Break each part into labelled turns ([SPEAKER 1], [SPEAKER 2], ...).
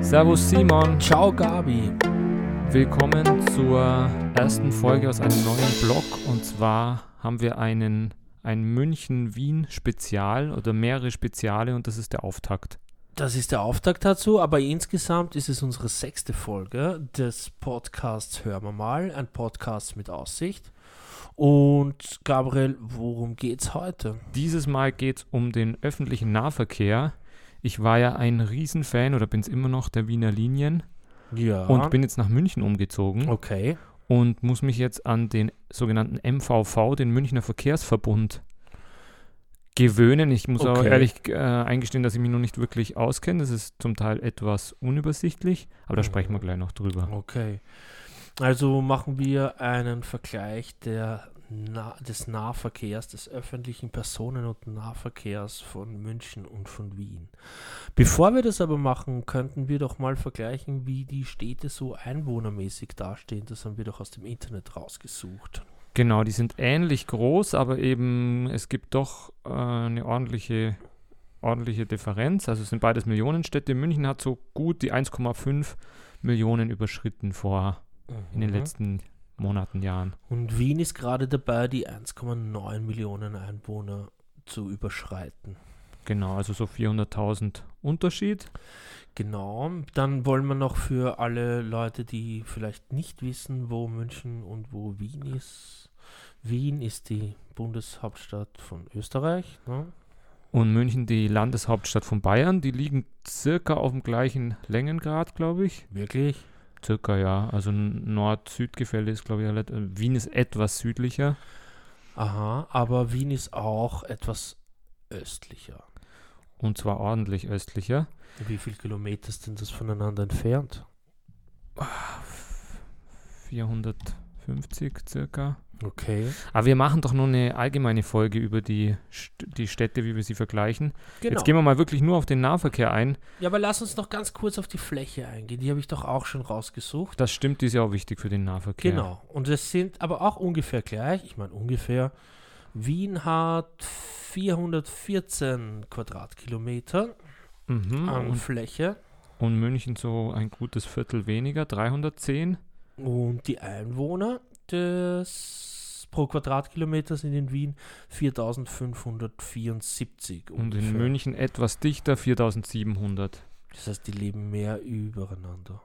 [SPEAKER 1] Servus Simon,
[SPEAKER 2] Ciao Gabi.
[SPEAKER 1] willkommen zur ersten Folge aus einem neuen Blog. Und zwar haben wir einen, ein München-Wien-Spezial oder mehrere Speziale und das ist der Auftakt.
[SPEAKER 2] Das ist der Auftakt dazu, aber insgesamt ist es unsere sechste Folge des Podcasts Hören wir mal, ein Podcast mit Aussicht. Und Gabriel, worum geht's heute?
[SPEAKER 1] Dieses Mal geht es um den öffentlichen Nahverkehr. Ich war ja ein Riesenfan oder bin es immer noch der Wiener Linien
[SPEAKER 2] Ja.
[SPEAKER 1] und bin jetzt nach München umgezogen.
[SPEAKER 2] okay.
[SPEAKER 1] und muss mich jetzt an den sogenannten MVV, den Münchner Verkehrsverbund, gewöhnen. Ich muss auch
[SPEAKER 2] Okay.
[SPEAKER 1] ehrlich äh, eingestehen, dass ich mich noch nicht wirklich auskenne. Das ist zum Teil etwas unübersichtlich, aber da sprechen wir gleich noch drüber.
[SPEAKER 2] Okay. Also machen wir einen Vergleich der Na des Nahverkehrs, des öffentlichen Personen- und Nahverkehrs von München und von Wien. Bevor wir das aber machen, könnten wir doch mal vergleichen, wie die Städte so einwohnermäßig dastehen. Das haben wir doch aus dem Internet rausgesucht.
[SPEAKER 1] Genau, die sind ähnlich groß, aber eben es gibt doch äh, eine ordentliche, ordentliche Differenz. Also es sind beides Millionenstädte. München hat so gut die 1,5 Millionen überschritten vor in den
[SPEAKER 2] Mhm.
[SPEAKER 1] letzten Monaten, Jahren.
[SPEAKER 2] Und Wien ist gerade dabei, die 1,9 Millionen Einwohner zu überschreiten.
[SPEAKER 1] Genau, also so 400.000 Unterschied.
[SPEAKER 2] Genau, dann wollen wir noch für alle Leute, die vielleicht nicht wissen, wo München und wo Wien ist. Wien ist die Bundeshauptstadt von Österreich. Ne?
[SPEAKER 1] und München die Landeshauptstadt von Bayern. Die liegen circa auf dem gleichen Längengrad, glaube ich.
[SPEAKER 2] Wirklich?
[SPEAKER 1] Circa, ja. Also ein Nord-Süd-Gefälle ist, glaube ich, relat- äh, Wien ist etwas südlicher.
[SPEAKER 2] Aha, aber Wien ist auch etwas östlicher.
[SPEAKER 1] Und zwar ordentlich östlicher.
[SPEAKER 2] Wie viel Kilometer ist denn das voneinander entfernt?
[SPEAKER 1] 450 circa.
[SPEAKER 2] Okay.
[SPEAKER 1] Aber wir machen doch nur eine allgemeine Folge über die, St die Städte, wie wir sie vergleichen.
[SPEAKER 2] Genau.
[SPEAKER 1] Jetzt gehen wir mal wirklich nur auf den Nahverkehr ein.
[SPEAKER 2] ja, aber lass uns noch ganz kurz auf die Fläche eingehen. Die habe ich doch auch schon rausgesucht.
[SPEAKER 1] Das stimmt, die ist ja auch wichtig für den Nahverkehr.
[SPEAKER 2] Genau. Und es sind aber auch ungefähr gleich. Ich meine ungefähr. Wien hat 414 Quadratkilometer
[SPEAKER 1] Mhm.
[SPEAKER 2] an
[SPEAKER 1] Und,
[SPEAKER 2] Fläche
[SPEAKER 1] und München so ein gutes Viertel weniger, 310.
[SPEAKER 2] und die Einwohner des pro Quadratkilometer sind in Wien 4574
[SPEAKER 1] Und in
[SPEAKER 2] ungefähr.
[SPEAKER 1] München etwas dichter, 4700.
[SPEAKER 2] Das heißt, die leben mehr übereinander.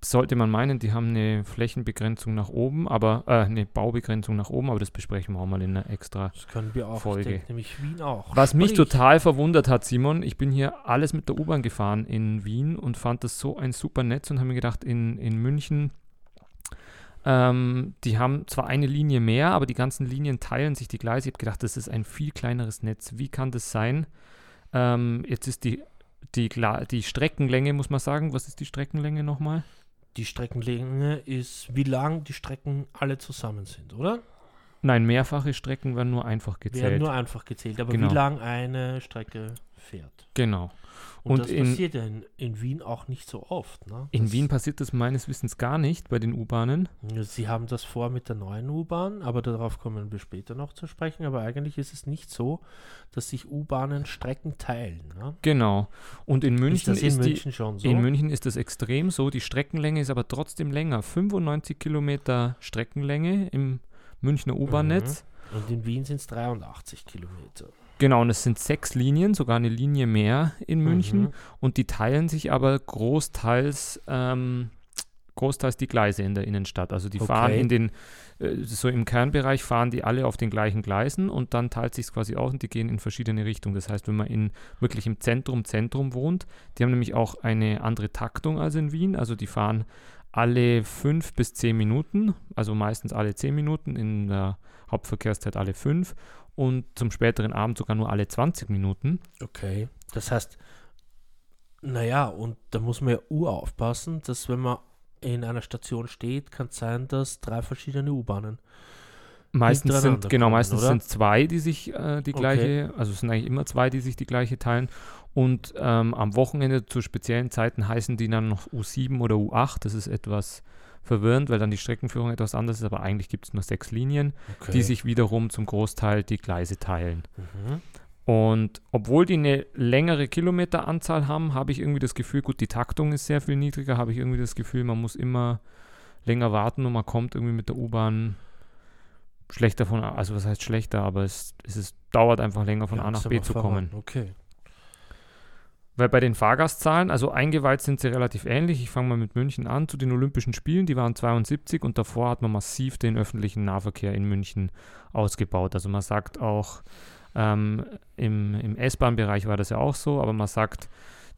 [SPEAKER 1] Sollte man meinen, die haben eine Flächenbegrenzung nach oben, aber äh, eine Baubegrenzung nach oben, aber das besprechen wir auch mal in einer extra.
[SPEAKER 2] Das können wir auch.
[SPEAKER 1] Folge.
[SPEAKER 2] Ich denke, nämlich Wien auch.
[SPEAKER 1] Was mich
[SPEAKER 2] Sprich,
[SPEAKER 1] total verwundert hat, Simon, ich bin hier alles mit der U-Bahn gefahren in Wien und fand das so ein super Netz und habe mir gedacht, in, in München, ähm, die haben zwar eine Linie mehr, aber die ganzen Linien teilen sich die Gleise. Ich habe gedacht, das ist ein viel kleineres Netz. Wie kann das sein? Ähm, jetzt ist die, die, Gla- die Streckenlänge, muss man sagen, was ist die Streckenlänge nochmal?
[SPEAKER 2] Die Streckenlänge ist, wie lang die Strecken alle zusammen sind, oder?
[SPEAKER 1] Nein, mehrfache Strecken werden nur einfach
[SPEAKER 2] Werden
[SPEAKER 1] gezählt.
[SPEAKER 2] nur einfach gezählt, aber
[SPEAKER 1] Genau.
[SPEAKER 2] wie lang eine Strecke fährt.
[SPEAKER 1] genau.
[SPEAKER 2] Und,
[SPEAKER 1] Und
[SPEAKER 2] das
[SPEAKER 1] in-
[SPEAKER 2] passiert ja in, in Wien auch nicht so oft. Ne?
[SPEAKER 1] In
[SPEAKER 2] das,
[SPEAKER 1] Wien passiert das meines Wissens gar nicht bei den U-Bahnen.
[SPEAKER 2] Sie haben das vor mit der neuen U-Bahn, aber darauf kommen wir später noch zu sprechen. Aber eigentlich ist es nicht so, dass sich U-Bahnen Strecken teilen. Ne?
[SPEAKER 1] Genau. Und in München
[SPEAKER 2] ist
[SPEAKER 1] ist,
[SPEAKER 2] das in
[SPEAKER 1] die,
[SPEAKER 2] München schon so?
[SPEAKER 1] in München ist das extrem so. Die Streckenlänge ist aber trotzdem länger. 95 Kilometer Streckenlänge im Münchner U-Bahn-Netz.
[SPEAKER 2] Und in Wien sind es 83 Kilometer.
[SPEAKER 1] Genau, und es sind sechs Linien, sogar eine Linie mehr in München.
[SPEAKER 2] Mhm.
[SPEAKER 1] Und die teilen sich aber großteils, ähm, großteils die Gleise in der Innenstadt. Also die fahren
[SPEAKER 2] Okay.
[SPEAKER 1] in den, äh, so im Kernbereich fahren die alle auf den gleichen Gleisen und dann teilt sich es quasi auf und die gehen in verschiedene Richtungen. Das heißt, wenn man in wirklich im Zentrum, Zentrum wohnt, die haben nämlich auch eine andere Taktung als in Wien. Also die fahren alle fünf bis zehn Minuten, also meistens alle zehn Minuten, in der Hauptverkehrszeit alle fünf und zum späteren Abend sogar nur alle 20 Minuten.
[SPEAKER 2] Okay. Das heißt, naja, und da muss man ja Uhr aufpassen, dass wenn man in einer Station steht, kann es sein, dass drei verschiedene U-Bahnen
[SPEAKER 1] Meistens sind
[SPEAKER 2] hintereinander
[SPEAKER 1] genau,
[SPEAKER 2] kommen,
[SPEAKER 1] meistens
[SPEAKER 2] oder?
[SPEAKER 1] sind zwei, die sich äh, die
[SPEAKER 2] Okay.
[SPEAKER 1] gleiche, also es sind eigentlich immer zwei, die sich die gleiche teilen. Und ähm, am Wochenende zu speziellen Zeiten heißen die dann noch U7 oder U8. Das ist etwas verwirrend, weil dann die Streckenführung etwas anders ist. Aber eigentlich gibt es nur sechs Linien, die sich wiederum zum Großteil die Gleise teilen.
[SPEAKER 2] Mhm.
[SPEAKER 1] Und obwohl die eine längere Kilometeranzahl haben, habe ich irgendwie das Gefühl, gut, die Taktung ist sehr viel niedriger, habe ich irgendwie das Gefühl, man muss immer länger warten und man kommt irgendwie mit der U-Bahn schlechter von, A- also was heißt schlechter, aber es, es ist, dauert einfach länger von A nach B
[SPEAKER 2] Langsamer
[SPEAKER 1] zu
[SPEAKER 2] voran.
[SPEAKER 1] kommen.
[SPEAKER 2] Okay.
[SPEAKER 1] Weil bei den Fahrgastzahlen, also eingeweiht sind sie relativ ähnlich. Ich fange mal mit München an. Zu den Olympischen Spielen, die waren 72 und davor hat man massiv den öffentlichen Nahverkehr in München ausgebaut. Also man sagt auch, ähm, im, im S-Bahn-Bereich war das ja auch so, aber man sagt,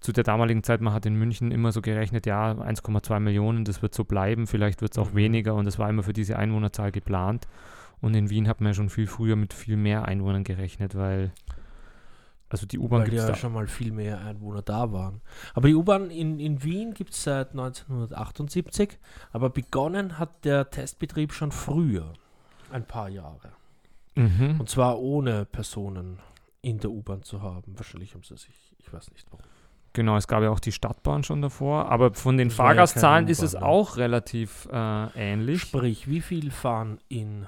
[SPEAKER 1] zu der damaligen Zeit, man hat in München immer so gerechnet, ja, 1,2 Millionen, das wird so bleiben, vielleicht wird es auch
[SPEAKER 2] Mhm.
[SPEAKER 1] weniger und das war immer für diese Einwohnerzahl geplant. Und in Wien hat man ja schon viel früher mit viel mehr Einwohnern gerechnet, weil also die U-Bahn
[SPEAKER 2] Weil
[SPEAKER 1] gibt es
[SPEAKER 2] ja
[SPEAKER 1] da
[SPEAKER 2] schon mal viel mehr Einwohner da waren. Aber die U-Bahn in, in Wien gibt es seit 1978, aber begonnen hat der Testbetrieb schon früher, ein paar Jahre.
[SPEAKER 1] Mhm.
[SPEAKER 2] Und zwar ohne Personen in der U-Bahn zu haben. Wahrscheinlich haben sie sich, ich weiß nicht warum.
[SPEAKER 1] Genau, es gab ja auch die Stadtbahn schon davor, aber von den
[SPEAKER 2] Das war ja keine
[SPEAKER 1] Fahrgastzahlen ist es
[SPEAKER 2] U-Bahn, ne?
[SPEAKER 1] auch relativ äh, ähnlich.
[SPEAKER 2] Sprich, wie viel fahren in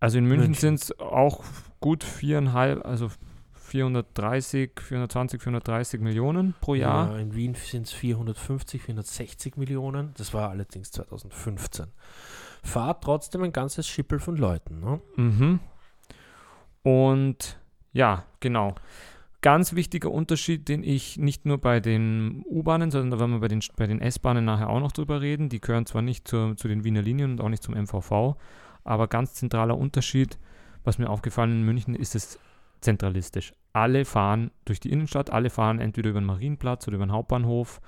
[SPEAKER 1] Also in München,
[SPEAKER 2] München.
[SPEAKER 1] sind es auch gut viereinhalb, also 430, 420, 430 Millionen pro Jahr.
[SPEAKER 2] Ja, äh, in Wien sind es 450, 460 Millionen. Das war allerdings 2015. Fahrt trotzdem ein ganzes Schippel von Leuten. Ne?
[SPEAKER 1] Mhm. Und ja, genau. Ganz wichtiger Unterschied, den ich nicht nur bei den U-Bahnen, sondern da werden wir bei den, bei den S-Bahnen nachher auch noch drüber reden. Die gehören zwar nicht zur, zu den Wiener Linien und auch nicht zum MVV, aber ganz zentraler Unterschied, was mir aufgefallen in München ist, es zentralistisch. Alle fahren durch die Innenstadt, alle fahren entweder über den Marienplatz oder über den Hauptbahnhof,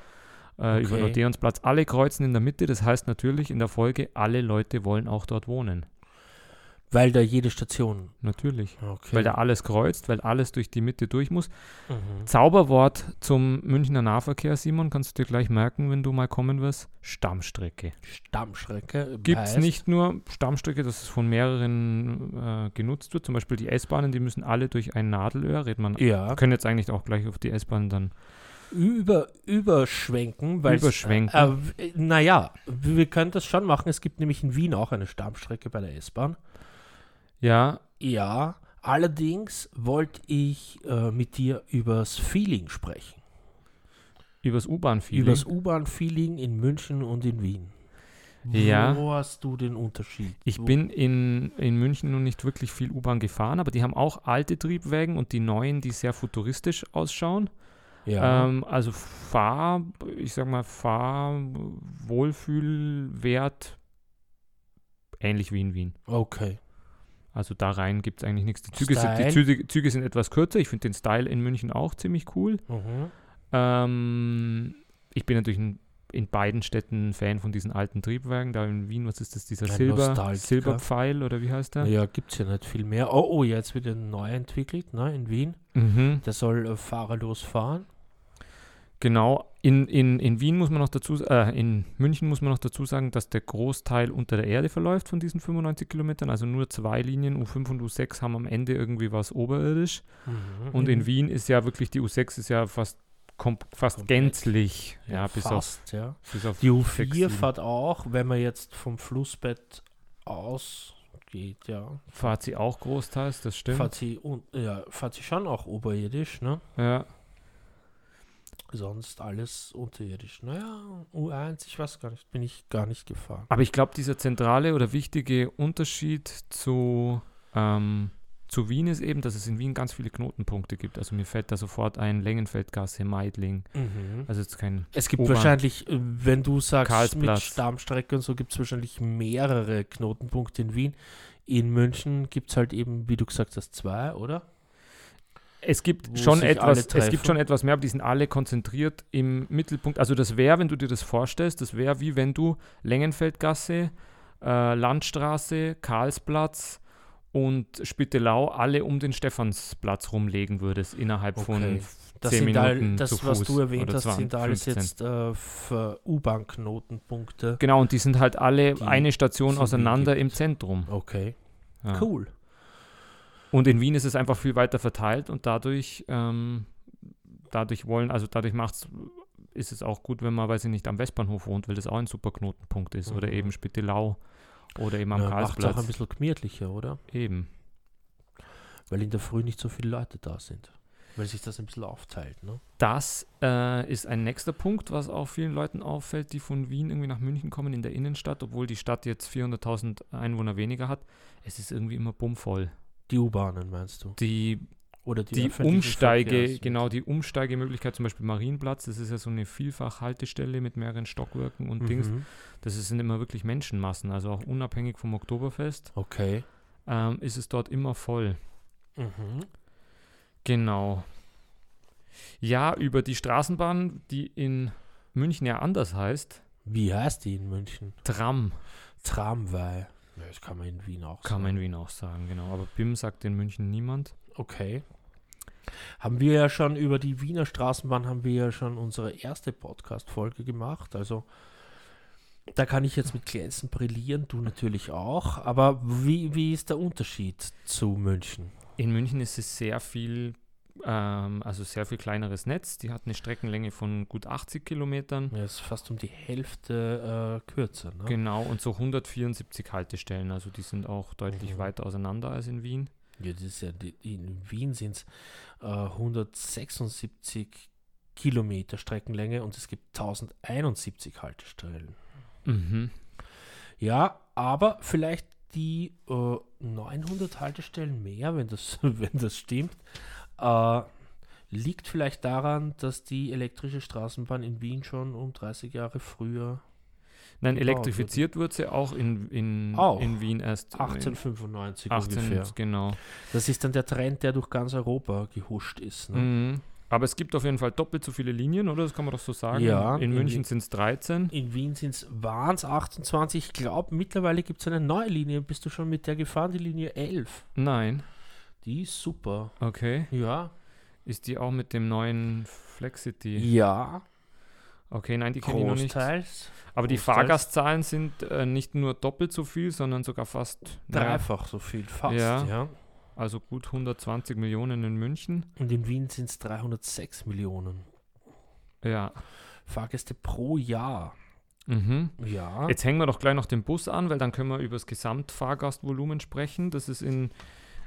[SPEAKER 1] äh, über den
[SPEAKER 2] Okay.
[SPEAKER 1] Odeonsplatz. Alle kreuzen in der Mitte, das heißt natürlich in der Folge, alle Leute wollen auch dort wohnen.
[SPEAKER 2] Weil da jede Station.
[SPEAKER 1] Natürlich
[SPEAKER 2] Okay.
[SPEAKER 1] weil da alles kreuzt, weil alles durch die Mitte durch muss.
[SPEAKER 2] mhm.
[SPEAKER 1] Zauberwort zum Münchner Nahverkehr, Simon, kannst du dir gleich merken, wenn du mal kommen wirst. Stammstrecke.
[SPEAKER 2] Stammschrecke.
[SPEAKER 1] Gibt es
[SPEAKER 2] heißt-
[SPEAKER 1] nicht nur Stammstrecke, dass es von mehreren äh, genutzt wird, zum Beispiel die S-Bahnen, die müssen alle durch ein Nadelöhr, redet man.
[SPEAKER 2] Ja.
[SPEAKER 1] Wir können jetzt eigentlich auch gleich auf die S-Bahn dann.
[SPEAKER 2] Über, überschwenken. Weil
[SPEAKER 1] Überschwenken.
[SPEAKER 2] Äh, äh, naja, wir können das schon machen. Es gibt nämlich in Wien auch eine Stammstrecke bei der S-Bahn. äh,
[SPEAKER 1] Ja,
[SPEAKER 2] Ja, allerdings wollte ich äh, mit dir übers Feeling sprechen.
[SPEAKER 1] übers U-Bahn-Feeling.
[SPEAKER 2] Übers U-Bahn-Feeling in München und in Wien.
[SPEAKER 1] Ja.
[SPEAKER 2] Wo hast du den Unterschied?
[SPEAKER 1] Ich
[SPEAKER 2] Wo-
[SPEAKER 1] bin in, in München noch nicht wirklich viel U-Bahn gefahren, aber die haben auch alte Triebwagen und die neuen, die sehr futuristisch ausschauen.
[SPEAKER 2] Ja.
[SPEAKER 1] Ähm, also Fahr, ich sag mal, Fahrwohlfühlwert ähnlich wie in Wien.
[SPEAKER 2] okay.
[SPEAKER 1] Also da rein gibt es eigentlich nichts. Die Züge, sind, die
[SPEAKER 2] Style?
[SPEAKER 1] Züge, Züge sind etwas kürzer. Ich finde den Style in München auch ziemlich cool.
[SPEAKER 2] Mhm.
[SPEAKER 1] Ähm, ich bin natürlich in, in beiden Städten Fan von diesen alten Triebwagen. Da in Wien, was ist das, dieser
[SPEAKER 2] Ein
[SPEAKER 1] Silber,
[SPEAKER 2] Nostalgiker.
[SPEAKER 1] Silberpfeil oder wie heißt
[SPEAKER 2] Ja,
[SPEAKER 1] der?
[SPEAKER 2] gibt es ja nicht viel mehr. Oh, oh, jetzt wird er neu entwickelt, ne, in Wien.
[SPEAKER 1] Mhm.
[SPEAKER 2] Der soll äh, fahrerlos fahren.
[SPEAKER 1] Genau. In, in, in Wien muss man noch dazu, äh, in München muss man noch dazu sagen, dass der Großteil unter der Erde verläuft von diesen 95 Kilometern. Also nur zwei Linien, U5 und U6 haben am Ende irgendwie was oberirdisch.
[SPEAKER 2] Mhm.
[SPEAKER 1] Und in Wien ist ja wirklich, die U6 ist ja fast, kom fast
[SPEAKER 2] Komplett.
[SPEAKER 1] gänzlich. Ja, bis, auf,
[SPEAKER 2] fast, ja.
[SPEAKER 1] bis auf
[SPEAKER 2] Die
[SPEAKER 1] sechs
[SPEAKER 2] U4
[SPEAKER 1] Linien.
[SPEAKER 2] fährt auch, wenn man jetzt vom Flussbett ausgeht, ja.
[SPEAKER 1] fahrt sie auch großteils, das stimmt.
[SPEAKER 2] Fährt sie, un ja, fährt sie schon auch oberirdisch, ne?
[SPEAKER 1] ja.
[SPEAKER 2] Sonst alles unterirdisch. Naja, U1, ich weiß gar nicht, bin ich gar nicht gefahren.
[SPEAKER 1] Aber ich glaube, dieser zentrale oder wichtige Unterschied zu, ähm, zu Wien ist eben, dass es in Wien ganz viele Knotenpunkte gibt. Also mir fällt da sofort ein Längenfeldgasse, Meidling. Also jetzt kein.
[SPEAKER 2] Es gibt
[SPEAKER 1] U-Bahn.
[SPEAKER 2] wahrscheinlich, äh, wenn du sagst,
[SPEAKER 1] Karlsplatz.
[SPEAKER 2] mit Stammstrecke und so, gibt es wahrscheinlich mehrere Knotenpunkte in Wien. In München gibt es halt eben, wie du gesagt hast, zwei, oder?
[SPEAKER 1] Es gibt
[SPEAKER 2] Wo
[SPEAKER 1] schon
[SPEAKER 2] sich alle
[SPEAKER 1] etwas, es
[SPEAKER 2] treffen.
[SPEAKER 1] gibt schon etwas mehr, aber die sind alle konzentriert im Mittelpunkt. Also das wäre, wenn du dir das vorstellst, das wäre wie wenn du Längenfeldgasse, äh, Landstraße, Karlsplatz und Spittelau alle um den Stephansplatz rumlegen würdest innerhalb von
[SPEAKER 2] Okay. Das,
[SPEAKER 1] 10
[SPEAKER 2] sind all,
[SPEAKER 1] Minuten zu
[SPEAKER 2] das was
[SPEAKER 1] Fuß
[SPEAKER 2] du erwähnt
[SPEAKER 1] oder
[SPEAKER 2] hast,
[SPEAKER 1] 20,
[SPEAKER 2] sind alles
[SPEAKER 1] 15.
[SPEAKER 2] jetzt äh, für U-Bahn-Knotenpunkte.
[SPEAKER 1] Genau, und die sind halt alle
[SPEAKER 2] Die
[SPEAKER 1] eine Station
[SPEAKER 2] sind Oh,
[SPEAKER 1] auseinander im
[SPEAKER 2] beliebt.
[SPEAKER 1] Zentrum.
[SPEAKER 2] Okay,
[SPEAKER 1] Ja.
[SPEAKER 2] cool.
[SPEAKER 1] Und in Wien ist es einfach viel weiter verteilt und dadurch, ähm, dadurch wollen, also dadurch macht's, ist es auch gut, wenn man, weiß ich nicht, am Westbahnhof wohnt, weil das auch ein super Knotenpunkt ist. Oder
[SPEAKER 2] Mhm.
[SPEAKER 1] eben Spittelau oder eben am
[SPEAKER 2] Ja, Macht auch ein
[SPEAKER 1] Karlsplatz.
[SPEAKER 2] bisschen gemütlicher, oder?
[SPEAKER 1] Eben.
[SPEAKER 2] Weil in der Früh nicht so viele Leute da sind. Weil sich das ein bisschen aufteilt, ne?
[SPEAKER 1] Das äh, ist ein nächster Punkt, was auch vielen Leuten auffällt, die von Wien irgendwie nach München kommen in der Innenstadt, obwohl die Stadt jetzt 400.000 Einwohner weniger hat. Es ist irgendwie immer bummvoll.
[SPEAKER 2] Die U-Bahnen meinst du?
[SPEAKER 1] Die,
[SPEAKER 2] Oder
[SPEAKER 1] die,
[SPEAKER 2] öffentlichen
[SPEAKER 1] Umsteige,
[SPEAKER 2] Verkehrs-
[SPEAKER 1] genau, die Umsteigemöglichkeit, zum Beispiel Marienplatz, das ist ja so eine Vielfachhaltestelle mit mehreren Stockwerken und Dings.
[SPEAKER 2] Mhm.
[SPEAKER 1] Das ist- sind immer wirklich Menschenmassen, also auch unabhängig vom Oktoberfest
[SPEAKER 2] Okay.
[SPEAKER 1] ähm, ist es dort immer voll.
[SPEAKER 2] Mhm.
[SPEAKER 1] Genau. Ja, über die Straßenbahn, die in München ja anders heißt,
[SPEAKER 2] Wie heißt die in München?
[SPEAKER 1] Tram,
[SPEAKER 2] Tramway. Ja, das kann man in Wien auch
[SPEAKER 1] kann
[SPEAKER 2] sagen.
[SPEAKER 1] man in Wien auch sagen, genau. Aber BIM sagt in München niemand.
[SPEAKER 2] Okay. Haben wir ja schon über die Wiener Straßenbahn haben wir ja schon unsere erste Podcast-Folge gemacht. Also da kann ich jetzt mit Glänzen brillieren, du natürlich auch. Aber wie, wie ist der Unterschied zu München?
[SPEAKER 1] In München ist es sehr viel, ähm, also sehr viel kleineres Netz. Die hat eine Streckenlänge von gut 80 Kilometern.
[SPEAKER 2] Ja, ist fast um die Hälfte äh, kürzer. Ne?
[SPEAKER 1] Genau, und so 174 Haltestellen. Also die sind auch deutlich
[SPEAKER 2] Mhm.
[SPEAKER 1] weiter auseinander als in Wien.
[SPEAKER 2] Ja, das ist ja, die- in Wien sind es äh, 176 Kilometer Streckenlänge und es gibt 1071 Haltestellen.
[SPEAKER 1] Mhm.
[SPEAKER 2] Ja, aber vielleicht die äh, 900 Haltestellen mehr, wenn das, wenn das stimmt, äh, liegt vielleicht daran, dass die elektrische Straßenbahn in Wien schon um 30 Jahre früher,
[SPEAKER 1] Nein,
[SPEAKER 2] Gebaut wurde.
[SPEAKER 1] elektrifiziert wurde sie auch in, in,
[SPEAKER 2] Auch.
[SPEAKER 1] in Wien erst. in
[SPEAKER 2] 1895
[SPEAKER 1] 18,
[SPEAKER 2] ungefähr.
[SPEAKER 1] genau.
[SPEAKER 2] Das ist dann der Trend, der durch ganz Europa gehuscht ist. Ne?
[SPEAKER 1] Mhm. Aber es gibt auf jeden Fall doppelt so viele Linien, oder? Das kann man doch so sagen.
[SPEAKER 2] Ja,
[SPEAKER 1] In
[SPEAKER 2] in
[SPEAKER 1] München
[SPEAKER 2] Wien-
[SPEAKER 1] sind es 13.
[SPEAKER 2] In Wien sind es wahnsinns 28. Ich glaube, mittlerweile gibt es eine neue Linie. Bist du schon mit der gefahren? Die Linie 11.
[SPEAKER 1] Nein.
[SPEAKER 2] Die ist super.
[SPEAKER 1] Ah. Okay.
[SPEAKER 2] Ja.
[SPEAKER 1] Ist die auch mit dem neuen Flexity?
[SPEAKER 2] Ja.
[SPEAKER 1] Okay, nein, die kenne ich noch nicht.
[SPEAKER 2] Großteils.
[SPEAKER 1] Aber die
[SPEAKER 2] Großteils.
[SPEAKER 1] Fahrgastzahlen sind äh, nicht nur doppelt so viel, sondern sogar fast naja,
[SPEAKER 2] Dreifach so viel, fast.
[SPEAKER 1] Ja.
[SPEAKER 2] Ja.
[SPEAKER 1] also gut 120 Millionen in München.
[SPEAKER 2] Und in Wien sind es 306 Millionen
[SPEAKER 1] Ja.
[SPEAKER 2] Fahrgäste pro Jahr.
[SPEAKER 1] Mhm.
[SPEAKER 2] Ja.
[SPEAKER 1] Jetzt hängen wir doch gleich noch den Bus an, weil dann können wir über das Gesamtfahrgastvolumen sprechen. Das ist in,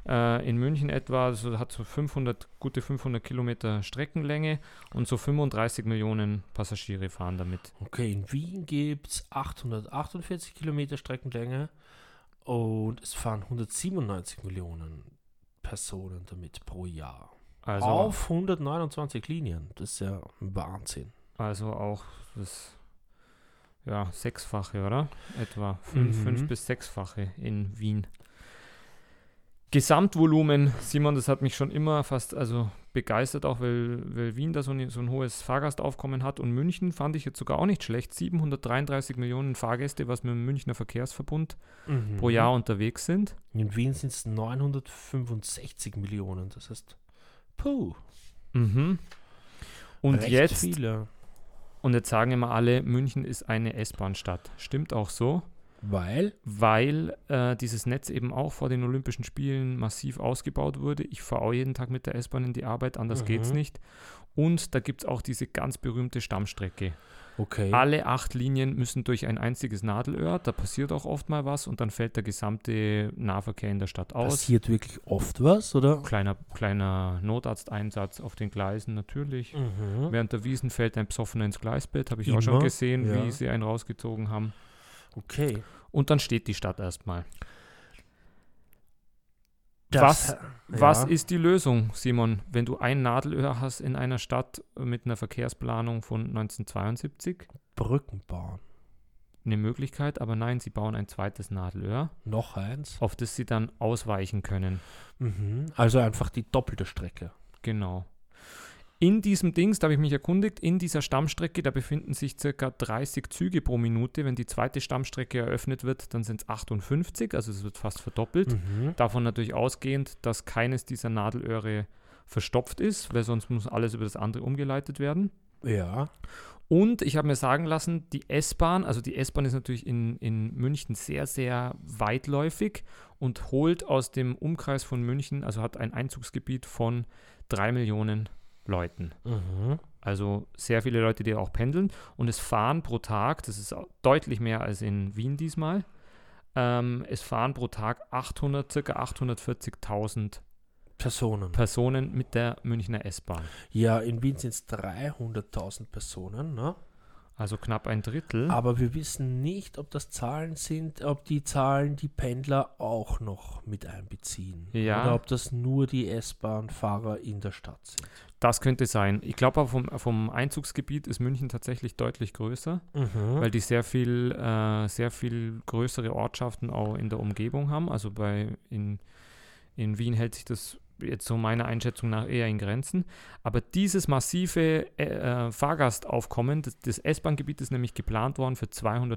[SPEAKER 1] äh, in München etwa, also hat so 500, gute 500 Kilometer Streckenlänge und so 35 Millionen Passagiere fahren damit.
[SPEAKER 2] Okay, in Wien gibt es 848 Kilometer Streckenlänge und es fahren 197 Millionen Personen damit pro Jahr.
[SPEAKER 1] Also,
[SPEAKER 2] Auf 129 Linien. Das ist ja Wahnsinn.
[SPEAKER 1] also auch das ja, Sechsfache, oder? Etwa fünf,
[SPEAKER 2] Mhm.
[SPEAKER 1] fünf bis sechsfache in Wien. Gesamtvolumen, Simon, das hat mich schon immer fast also begeistert, auch weil, weil Wien da so, eine, so ein hohes Fahrgastaufkommen hat. Und München fand ich jetzt sogar auch nicht schlecht. 733 Millionen Fahrgäste, was mit dem Münchner Verkehrsverbund
[SPEAKER 2] Mhm.
[SPEAKER 1] pro Jahr unterwegs sind.
[SPEAKER 2] In Wien sind es 965 Millionen. Das heißt, puh,
[SPEAKER 1] Mhm. Und,
[SPEAKER 2] recht
[SPEAKER 1] jetzt,
[SPEAKER 2] viele.
[SPEAKER 1] und jetzt sagen immer alle, München ist eine S-Bahn-Stadt. Stimmt auch so.
[SPEAKER 2] Weil
[SPEAKER 1] weil äh, dieses Netz eben auch vor den Olympischen Spielen massiv ausgebaut wurde. Ich fahre auch jeden Tag mit der S-Bahn in die Arbeit, anders
[SPEAKER 2] Mhm.
[SPEAKER 1] geht's nicht. Und da gibt es auch diese ganz berühmte Stammstrecke.
[SPEAKER 2] Okay.
[SPEAKER 1] Alle acht Linien müssen durch ein einziges Nadelöhr, da passiert auch oft mal was und dann fällt der gesamte Nahverkehr in der Stadt aus.
[SPEAKER 2] Passiert wirklich oft was, oder?
[SPEAKER 1] Kleiner, kleiner Notarzteinsatz auf den Gleisen natürlich.
[SPEAKER 2] Mhm.
[SPEAKER 1] Während der Wiesen fällt ein Psoffener ins Gleisbett, habe ich auch
[SPEAKER 2] Immer,
[SPEAKER 1] schon gesehen, wie
[SPEAKER 2] ja.
[SPEAKER 1] sie einen rausgezogen haben.
[SPEAKER 2] Okay.
[SPEAKER 1] Und dann steht die Stadt erstmal.
[SPEAKER 2] Das-
[SPEAKER 1] was Was
[SPEAKER 2] äh, ja.
[SPEAKER 1] ist die Lösung, Simon, wenn du ein Nadelöhr hast in einer Stadt mit einer Verkehrsplanung von 1972?
[SPEAKER 2] Brücken bauen?
[SPEAKER 1] Eine Möglichkeit, aber nein, sie bauen ein zweites Nadelöhr,
[SPEAKER 2] Noch eins.
[SPEAKER 1] auf das sie dann ausweichen können.
[SPEAKER 2] Mhm. Also einfach die doppelte Strecke.
[SPEAKER 1] Genau. In diesem Dings, da habe ich mich erkundigt, in dieser Stammstrecke, da befinden sich circa 30 Züge pro Minute. Wenn die zweite Stammstrecke eröffnet wird, dann sind es 58, also es wird fast verdoppelt.
[SPEAKER 2] Mhm.
[SPEAKER 1] Davon natürlich ausgehend, dass keines dieser Nadelöhre verstopft ist, weil sonst muss alles über das andere umgeleitet werden.
[SPEAKER 2] Ja.
[SPEAKER 1] Und ich habe mir sagen lassen, die S-Bahn, also die S-Bahn ist natürlich in, in München sehr, sehr weitläufig und holt aus dem Umkreis von München, also hat ein Einzugsgebiet von drei Millionen Leuten.
[SPEAKER 2] Mhm.
[SPEAKER 1] Also sehr viele Leute, die auch pendeln. Und es fahren pro Tag, das ist au- deutlich mehr als in Wien diesmal, ähm, es fahren pro Tag 800, circa 840.000
[SPEAKER 2] Personen.
[SPEAKER 1] Personen mit der Münchner S-Bahn.
[SPEAKER 2] Ja, in Wien sind es 300.000 Personen, ne?
[SPEAKER 1] Also knapp ein Drittel.
[SPEAKER 2] aber wir wissen nicht, ob das Zahlen sind, ob die Zahlen die Pendler auch noch mit einbeziehen.
[SPEAKER 1] Ja.
[SPEAKER 2] Oder ob das nur die S-Bahn-Fahrer in der Stadt sind.
[SPEAKER 1] Das könnte sein. Ich glaube aber vom, vom Einzugsgebiet ist München tatsächlich deutlich größer, weil die sehr viel, äh, sehr viel größere Ortschaften auch in der Umgebung haben. Also bei in, in Wien hält sich das jetzt so meiner Einschätzung nach eher in Grenzen. Aber dieses massive äh, äh, Fahrgastaufkommen des, des S-Bahn-Gebietes ist nämlich geplant worden für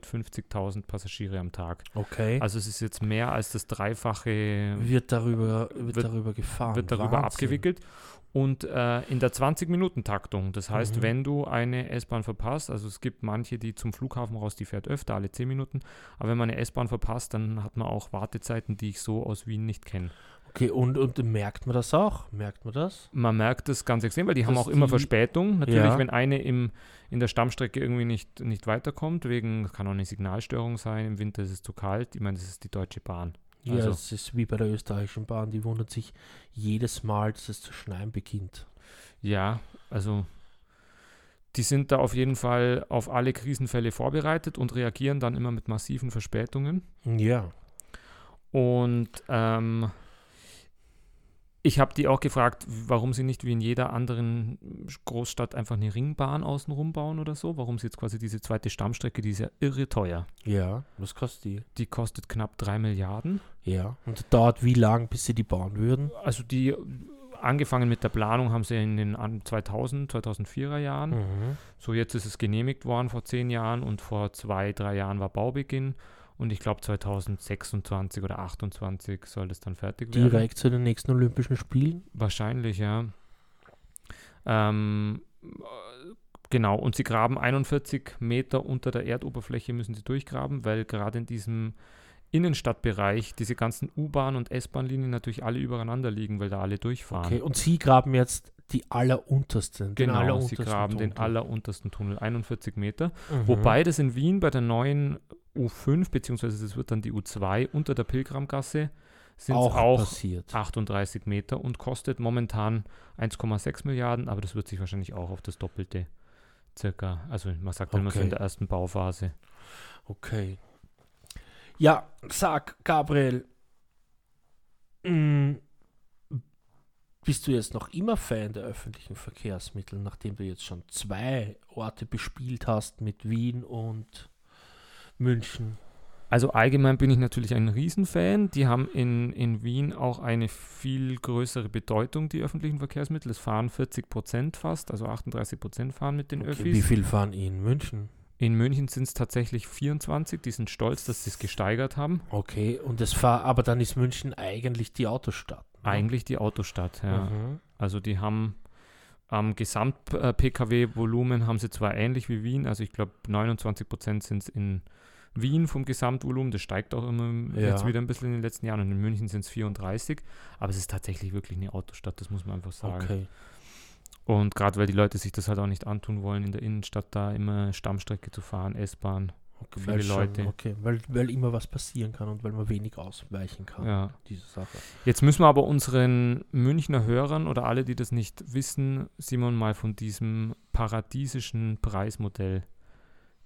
[SPEAKER 1] 250.000 Passagiere am Tag.
[SPEAKER 2] Okay.
[SPEAKER 1] Also es ist jetzt mehr als das Dreifache
[SPEAKER 2] wird darüber, wird,
[SPEAKER 1] Also wird-
[SPEAKER 2] darüber gefahren.
[SPEAKER 1] wird darüber
[SPEAKER 2] Wahnsinn.
[SPEAKER 1] abgewickelt. Und äh, in der 20-Minuten-Taktung. Das heißt,
[SPEAKER 2] Mhm.
[SPEAKER 1] wenn du eine S-Bahn verpasst, also es gibt manche, die zum Flughafen raus, die fährt öfter, alle 10 Minuten. Aber wenn man eine S-Bahn verpasst, dann hat man auch Wartezeiten, die ich so aus Wien nicht kenne.
[SPEAKER 2] Okay, und, und merkt man das auch? Merkt man das?
[SPEAKER 1] Man merkt das ganz extrem, weil die haben
[SPEAKER 2] Dass
[SPEAKER 1] auch immer
[SPEAKER 2] die-
[SPEAKER 1] Verspätung. Natürlich,
[SPEAKER 2] Ja.
[SPEAKER 1] wenn eine im, in der Stammstrecke irgendwie nicht, nicht weiterkommt, wegen, kann auch eine Signalstörung sein, im Winter ist es zu kalt. Ich meine, das ist die Deutsche Bahn.
[SPEAKER 2] Ja,
[SPEAKER 1] Also-
[SPEAKER 2] es ist wie bei der österreichischen Bahn, die wundert sich jedes Mal, dass es zu schneien beginnt.
[SPEAKER 1] Ja, also die sind da auf jeden Fall auf alle Krisenfälle vorbereitet und reagieren dann immer mit massiven Verspätungen.
[SPEAKER 2] Ja.
[SPEAKER 1] Und ähm, ich habe die auch gefragt, warum sie nicht wie in jeder anderen Großstadt einfach eine Ringbahn außenrum bauen oder so. Warum sie jetzt quasi diese zweite Stammstrecke, die ist ja irre teuer.
[SPEAKER 2] Ja. Was kostet die?
[SPEAKER 1] Die kostet knapp 3 Milliarden.
[SPEAKER 2] Ja. Und dauert wie lang, bis sie die bauen würden?
[SPEAKER 1] Also die, angefangen mit der Planung haben sie in den an- 2000, 2004er Jahren.
[SPEAKER 2] Mhm.
[SPEAKER 1] So, jetzt ist es genehmigt worden vor zehn Jahren und vor zwei, drei Jahren war Baubeginn. Und ich glaube 2026 oder 28 soll das dann fertig werden.
[SPEAKER 2] Direkt zu den nächsten Olympischen Spielen?
[SPEAKER 1] Wahrscheinlich, ja. Ähm, äh, genau, und sie graben 41 Meter unter der Erdoberfläche, müssen sie durchgraben, weil gerade in diesem Innenstadtbereich diese ganzen U-Bahn- und S-Bahn-Linien natürlich alle übereinander liegen, weil da alle durchfahren.
[SPEAKER 2] Okay. Und sie graben jetzt die alleruntersten. den
[SPEAKER 1] Genau, sie
[SPEAKER 2] alleruntersten
[SPEAKER 1] graben den
[SPEAKER 2] Tunnel.
[SPEAKER 1] alleruntersten Tunnel, 41 Meter.
[SPEAKER 2] Mhm.
[SPEAKER 1] Wobei das in Wien bei der neuen U5, beziehungsweise das wird dann die U2 unter der Pilgramgasse, sind
[SPEAKER 2] auch,
[SPEAKER 1] auch, auch
[SPEAKER 2] passiert.
[SPEAKER 1] 38 Meter und kostet momentan 1,6 Milliarden, aber das wird sich wahrscheinlich auch auf das Doppelte circa, also man sagt immer so
[SPEAKER 2] Okay.
[SPEAKER 1] in der ersten Bauphase.
[SPEAKER 2] Okay. Ja, sag, Gabriel. Mm, Bist du jetzt noch immer Fan der öffentlichen Verkehrsmittel, nachdem du jetzt schon zwei Orte bespielt hast mit Wien und München?
[SPEAKER 1] Also allgemein bin ich natürlich ein Riesenfan. Die haben in, in Wien auch eine viel größere Bedeutung, die öffentlichen Verkehrsmittel. Es fahren 40 Prozent fast, also 38 Prozent fahren mit den Öffis.
[SPEAKER 2] wie viel fahren in München?
[SPEAKER 1] In München sind es tatsächlich 24. Die sind stolz, dass sie es gesteigert haben.
[SPEAKER 2] Okay, und es fahr, aber dann ist München eigentlich die Autostadt. ne?
[SPEAKER 1] Eigentlich die Autostadt, ja.
[SPEAKER 2] Mhm.
[SPEAKER 1] Also die haben am Gesamt-PKW-Volumen haben sie zwar ähnlich wie Wien, also ich glaube 29 Prozent sind es in Wien vom Gesamtvolumen, das steigt auch immer im-
[SPEAKER 2] Ja.
[SPEAKER 1] jetzt wieder ein bisschen in den letzten Jahren und in München sind es 34, aber es ist tatsächlich wirklich eine Autostadt, das muss man einfach sagen.
[SPEAKER 2] Okay.
[SPEAKER 1] Und gerade weil die Leute sich das halt auch nicht antun wollen, in der Innenstadt da immer Stammstrecke zu fahren, S-Bahn,
[SPEAKER 2] okay
[SPEAKER 1] Viele
[SPEAKER 2] weil schon-
[SPEAKER 1] Leute.
[SPEAKER 2] Okay, weil, weil immer was passieren kann und weil man wenig ausweichen kann,
[SPEAKER 1] ja.
[SPEAKER 2] diese Sache.
[SPEAKER 1] Jetzt müssen wir aber unseren Münchner Hörern oder alle, die das nicht wissen, Simon mal von diesem paradiesischen Preismodell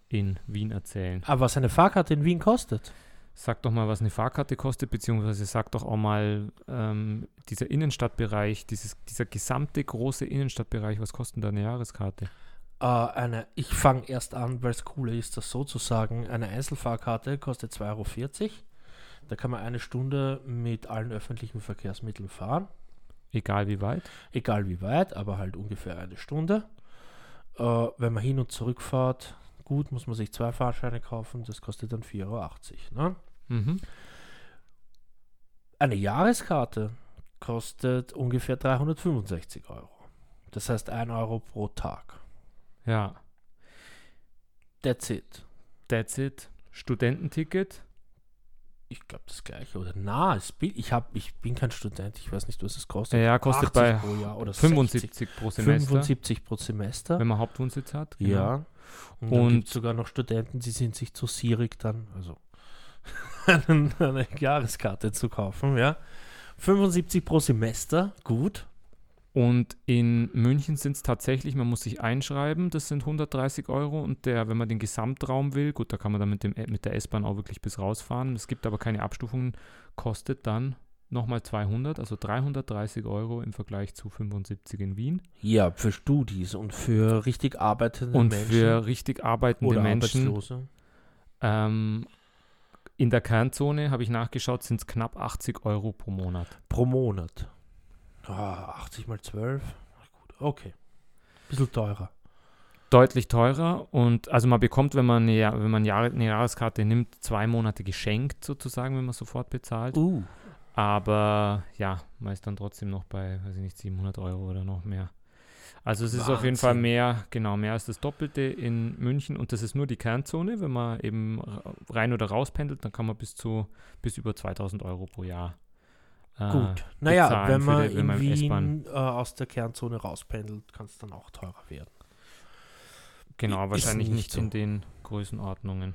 [SPEAKER 1] in Wien erzählen.
[SPEAKER 2] Aber was eine Fahrkarte in Wien kostet?
[SPEAKER 1] Sag doch mal, was eine Fahrkarte kostet, beziehungsweise sag doch auch mal ähm, dieser Innenstadtbereich, dieses, dieser gesamte große Innenstadtbereich, was kostet denn da eine Jahreskarte?
[SPEAKER 2] Äh, eine, ich fange erst an, weil es cooler ist, das so zu sagen. Eine Einzelfahrkarte kostet 2,40 Euro. Da kann man eine Stunde mit allen öffentlichen Verkehrsmitteln fahren.
[SPEAKER 1] Egal wie weit.
[SPEAKER 2] Egal wie weit, aber halt ungefähr eine Stunde. Äh, wenn man hin und zurück fährt, gut, muss man sich zwei Fahrscheine kaufen. Das kostet dann 4,80 Euro. Ne?
[SPEAKER 1] Mhm.
[SPEAKER 2] Eine Jahreskarte kostet ungefähr 365 Euro. Das heißt 1 Euro pro Tag.
[SPEAKER 1] Ja,
[SPEAKER 2] That's it.
[SPEAKER 1] that's it. Studententicket.
[SPEAKER 2] ich glaube das gleiche oder na, es bin, ich hab, ich bin kein Student, ich weiß nicht, was es kostet.
[SPEAKER 1] Ja, kostet
[SPEAKER 2] 80
[SPEAKER 1] bei
[SPEAKER 2] pro Jahr oder
[SPEAKER 1] 75
[SPEAKER 2] 60,
[SPEAKER 1] pro Semester,
[SPEAKER 2] 75 pro Semester.
[SPEAKER 1] wenn man Hauptwohnsitz hat. genau.
[SPEAKER 2] Ja. Und, dann
[SPEAKER 1] Und-
[SPEAKER 2] gibt's sogar noch Studenten, die sind sich zu sierig dann, also eine, eine Jahreskarte zu kaufen, ja. 75 pro Semester, gut.
[SPEAKER 1] Und in München sind es tatsächlich, man muss sich einschreiben, das sind 130 Euro und der, wenn man den Gesamtraum will, gut, da kann man dann mit, dem, mit der S-Bahn auch wirklich bis rausfahren. Es gibt aber keine Abstufungen, kostet dann nochmal 200, also 330 Euro im Vergleich zu 75 in Wien.
[SPEAKER 2] Ja, für Studis und für richtig arbeitende
[SPEAKER 1] Und
[SPEAKER 2] Menschen
[SPEAKER 1] für richtig arbeitende
[SPEAKER 2] oder
[SPEAKER 1] Menschen
[SPEAKER 2] Arbeitslose.
[SPEAKER 1] ähm, in der Kernzone, habe ich nachgeschaut, sind es knapp 80 Euro pro Monat.
[SPEAKER 2] Pro Monat. Ah, 80 mal 12. Ach gut, okay. Bisschen teurer.
[SPEAKER 1] Deutlich teurer und also man bekommt, wenn man eine, Ja- wenn man Jahre, eine Jahreskarte nimmt, zwei Monate geschenkt sozusagen, wenn man sofort bezahlt.
[SPEAKER 2] Uh.
[SPEAKER 1] Aber ja, man ist dann trotzdem noch bei, weiß ich nicht, 700 Euro oder noch mehr. Also es ist auf jeden Fall
[SPEAKER 2] Wahnsinn.
[SPEAKER 1] mehr, genau, mehr als das Doppelte in München und das ist nur die Kernzone. Wenn man eben ra- rein oder raus pendelt, dann kann man bis zu, bis über 2000 Euro pro Jahr. äh,
[SPEAKER 2] Gut. Naja,
[SPEAKER 1] bezahlen
[SPEAKER 2] wenn
[SPEAKER 1] für
[SPEAKER 2] man,
[SPEAKER 1] die- wenn man
[SPEAKER 2] in
[SPEAKER 1] im S-Bahn-
[SPEAKER 2] Wien äh, aus der Kernzone rauspendelt, kann es dann auch teurer werden.
[SPEAKER 1] Genau,
[SPEAKER 2] Ist
[SPEAKER 1] wahrscheinlich
[SPEAKER 2] nicht
[SPEAKER 1] nicht
[SPEAKER 2] so.
[SPEAKER 1] in den Größenordnungen.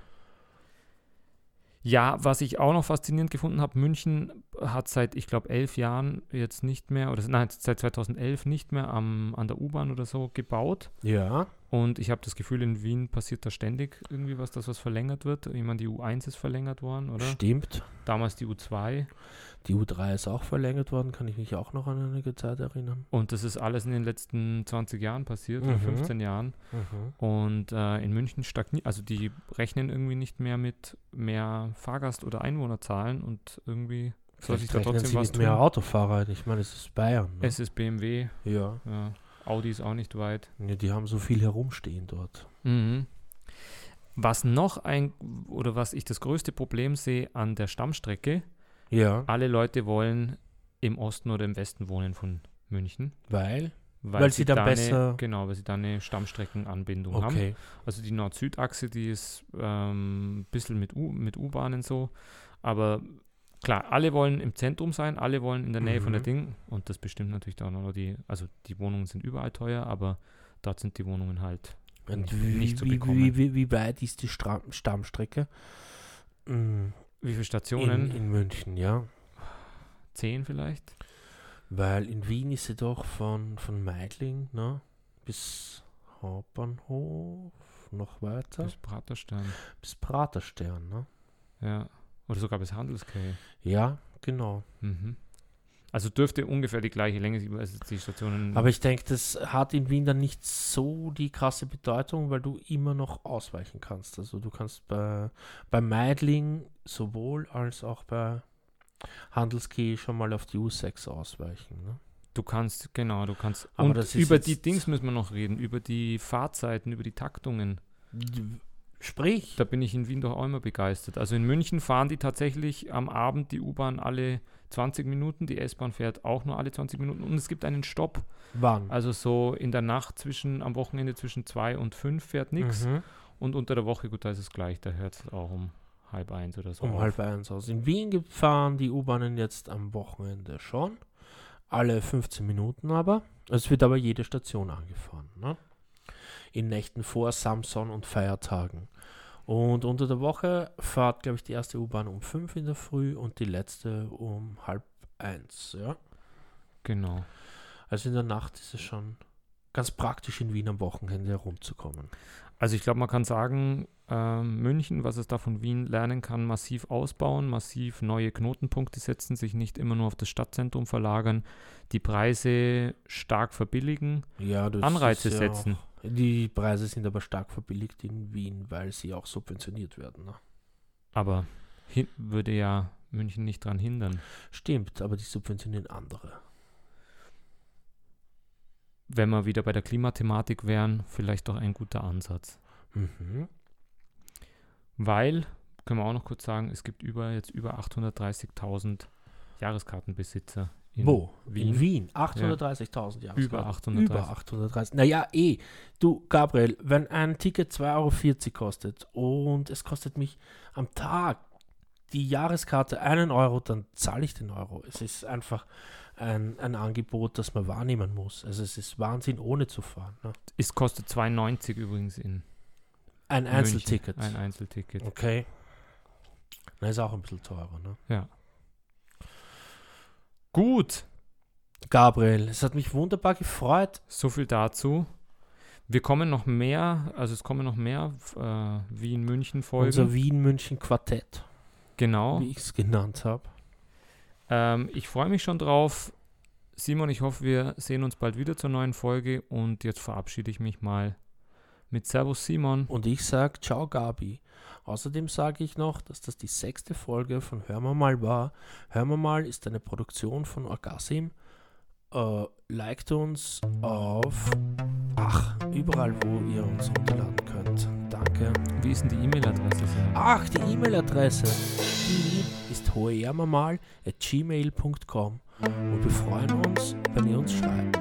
[SPEAKER 1] Ja, was ich auch noch faszinierend gefunden habe, München hat seit, ich glaube, elf Jahren jetzt nicht mehr, oder nein, seit 2011 nicht mehr am, an der U-Bahn oder so gebaut.
[SPEAKER 2] Ja.
[SPEAKER 1] Und ich habe das Gefühl, in Wien passiert da ständig irgendwie was, dass was verlängert wird. Ich meine, die U1 ist verlängert worden, oder?
[SPEAKER 2] Stimmt.
[SPEAKER 1] Damals die U2.
[SPEAKER 2] Die U3 ist auch verlängert worden, kann ich mich auch noch an einige Zeit erinnern.
[SPEAKER 1] Und das ist alles in den letzten 20 Jahren passiert, oder
[SPEAKER 2] Mhm.
[SPEAKER 1] 15 Jahren. Und äh, in München stagniert, also die rechnen irgendwie nicht mehr mit mehr Fahrgast- oder Einwohnerzahlen und irgendwie soll sich
[SPEAKER 2] Vielleicht
[SPEAKER 1] da
[SPEAKER 2] rechnen
[SPEAKER 1] trotzdem
[SPEAKER 2] sie
[SPEAKER 1] was
[SPEAKER 2] mit
[SPEAKER 1] tun.
[SPEAKER 2] mehr Autofahrer. Ich meine, es ist Bayern. Ne?
[SPEAKER 1] Es ist BMW,
[SPEAKER 2] ja.
[SPEAKER 1] ja. Audi ist auch nicht weit.
[SPEAKER 2] ja. Die haben so viel herumstehen dort.
[SPEAKER 1] Mhm. Was noch ein, oder was ich das größte Problem sehe an der Stammstrecke,
[SPEAKER 2] Ja.
[SPEAKER 1] alle Leute wollen im Osten oder im Westen wohnen von München.
[SPEAKER 2] Weil? Weil sie dann
[SPEAKER 1] da
[SPEAKER 2] besser-
[SPEAKER 1] Eine, genau, weil sie da eine Stammstreckenanbindung haben.
[SPEAKER 2] Okay.
[SPEAKER 1] Also die Nord-Süd-Achse, die ist ein ähm, bisschen mit U- mit U-Bahnen so. Aber klar, alle wollen im Zentrum sein, alle wollen in der Nähe von der
[SPEAKER 2] Mhm.
[SPEAKER 1] Ding. Und das bestimmt natürlich dann auch noch die, also die Wohnungen sind überall teuer, aber dort sind die Wohnungen halt.
[SPEAKER 2] Und
[SPEAKER 1] Nicht-
[SPEAKER 2] wie,
[SPEAKER 1] nicht zu
[SPEAKER 2] wie, wie,
[SPEAKER 1] bekommen.
[SPEAKER 2] wie, wie weit ist die Stra Stammstrecke? Mm,
[SPEAKER 1] Wie viele Stationen?
[SPEAKER 2] In, in München, ja.
[SPEAKER 1] Zehn vielleicht?
[SPEAKER 2] Weil in Wien ist sie doch von, von Meidling ne, bis Hauptbahnhof, noch weiter,
[SPEAKER 1] Bis Praterstein.
[SPEAKER 2] bis Praterstern. Ne?
[SPEAKER 1] Ja. Oder sogar bis Handelskay.
[SPEAKER 2] Ja, genau.
[SPEAKER 1] Mhm. Also dürfte ungefähr die gleiche Länge, sein, also die Stationen.
[SPEAKER 2] Aber ich denke, das hat in Wien dann nicht so die krasse Bedeutung, weil du immer noch ausweichen kannst. Also du kannst bei, bei Meidling sowohl als auch bei Handelskey schon mal auf die U6 ausweichen. Ne?
[SPEAKER 1] Du kannst, genau, du kannst.
[SPEAKER 2] Aber
[SPEAKER 1] und
[SPEAKER 2] das ist
[SPEAKER 1] über
[SPEAKER 2] jetzt-
[SPEAKER 1] die Dings müssen wir noch reden, über die Fahrzeiten, über die Taktungen.
[SPEAKER 2] Sprich,
[SPEAKER 1] Da bin ich in Wien doch auch immer begeistert. Also in München fahren die tatsächlich am Abend die U-Bahn alle 20 Minuten, die S-Bahn fährt auch nur alle 20 Minuten und es gibt einen Stopp.
[SPEAKER 2] wann?
[SPEAKER 1] Also so in der Nacht zwischen, am Wochenende zwischen 2 und 5 fährt nichts
[SPEAKER 2] Mhm.
[SPEAKER 1] und unter der Woche, gut, da ist es gleich, da hört es auch um halb eins oder so.
[SPEAKER 2] um
[SPEAKER 1] auf.
[SPEAKER 2] halb eins aus. In Wien ge- fahren die U-Bahnen jetzt am Wochenende schon. Alle 15 Minuten aber. Es wird aber jede Station angefahren. Ne? In Nächten vor Samson und Feiertagen. Und unter der Woche fährt, glaube ich, die erste U-Bahn um 5 in der Früh und die letzte um halb eins. Ja?
[SPEAKER 1] Genau.
[SPEAKER 2] Also in der Nacht ist es schon ganz praktisch, in Wien am Wochenende herumzukommen.
[SPEAKER 1] Also ich glaube, man kann sagen, ähm, München, was es da von Wien lernen kann, massiv ausbauen, massiv neue Knotenpunkte setzen, sich nicht immer nur auf das Stadtzentrum verlagern, die Preise stark verbilligen,
[SPEAKER 2] Ja, das
[SPEAKER 1] Anreize
[SPEAKER 2] ist ja auch-
[SPEAKER 1] setzen.
[SPEAKER 2] Die Preise sind aber stark verbilligt in Wien, weil sie auch subventioniert werden. Ne?
[SPEAKER 1] Aber hin würde ja München nicht dran hindern.
[SPEAKER 2] Stimmt, aber die subventionieren andere.
[SPEAKER 1] Wenn wir wieder bei der Klimathematik wären, vielleicht doch ein guter Ansatz.
[SPEAKER 2] Mhm.
[SPEAKER 1] Weil, können wir auch noch kurz sagen, es gibt über jetzt über 830.000 Jahreskartenbesitzer in
[SPEAKER 2] Wo?
[SPEAKER 1] Wien.
[SPEAKER 2] In Wien. 830.000 Jahre.
[SPEAKER 1] Über 830.
[SPEAKER 2] Über 830. Naja, eh. Du, Gabriel, wenn ein Ticket 2,40 Euro kostet und es kostet mich am Tag die Jahreskarte einen Euro, dann zahle ich den Euro. Es ist einfach ein, ein Angebot, das man wahrnehmen muss. Also es ist Wahnsinn, ohne zu fahren. Ne?
[SPEAKER 1] Es kostet 2,90 übrigens in
[SPEAKER 2] Ein
[SPEAKER 1] München.
[SPEAKER 2] Einzelticket.
[SPEAKER 1] Ein Einzelticket.
[SPEAKER 2] Okay. Na, ist auch ein bisschen teurer, ne?
[SPEAKER 1] Ja. Gut,
[SPEAKER 2] Gabriel, es hat mich wunderbar gefreut.
[SPEAKER 1] so viel dazu. Wir kommen noch mehr, also es kommen noch mehr äh, Wien-München-Folgen.
[SPEAKER 2] Unser Wien-München-Quartett,
[SPEAKER 1] Genau.
[SPEAKER 2] wie ich es genannt habe.
[SPEAKER 1] Ähm, ich freue mich schon drauf. Simon, ich hoffe, wir sehen uns bald wieder zur neuen Folge und jetzt verabschiede ich mich mal mit Servus Simon.
[SPEAKER 2] Und ich sage Ciao Gabi. Außerdem sage ich noch, dass das die sechste Folge von Hör mal mal war. Hör mal mal ist eine Produktion von Orgasim. Äh, liked uns auf, ach, überall, wo ihr uns runterladen könnt. Danke.
[SPEAKER 1] Wie ist denn die E-Mail-Adresse? Simon?
[SPEAKER 2] Ach, die E-Mail-Adresse. Die ist hoheermermal at gmail.com und wir freuen uns, wenn ihr uns schreibt.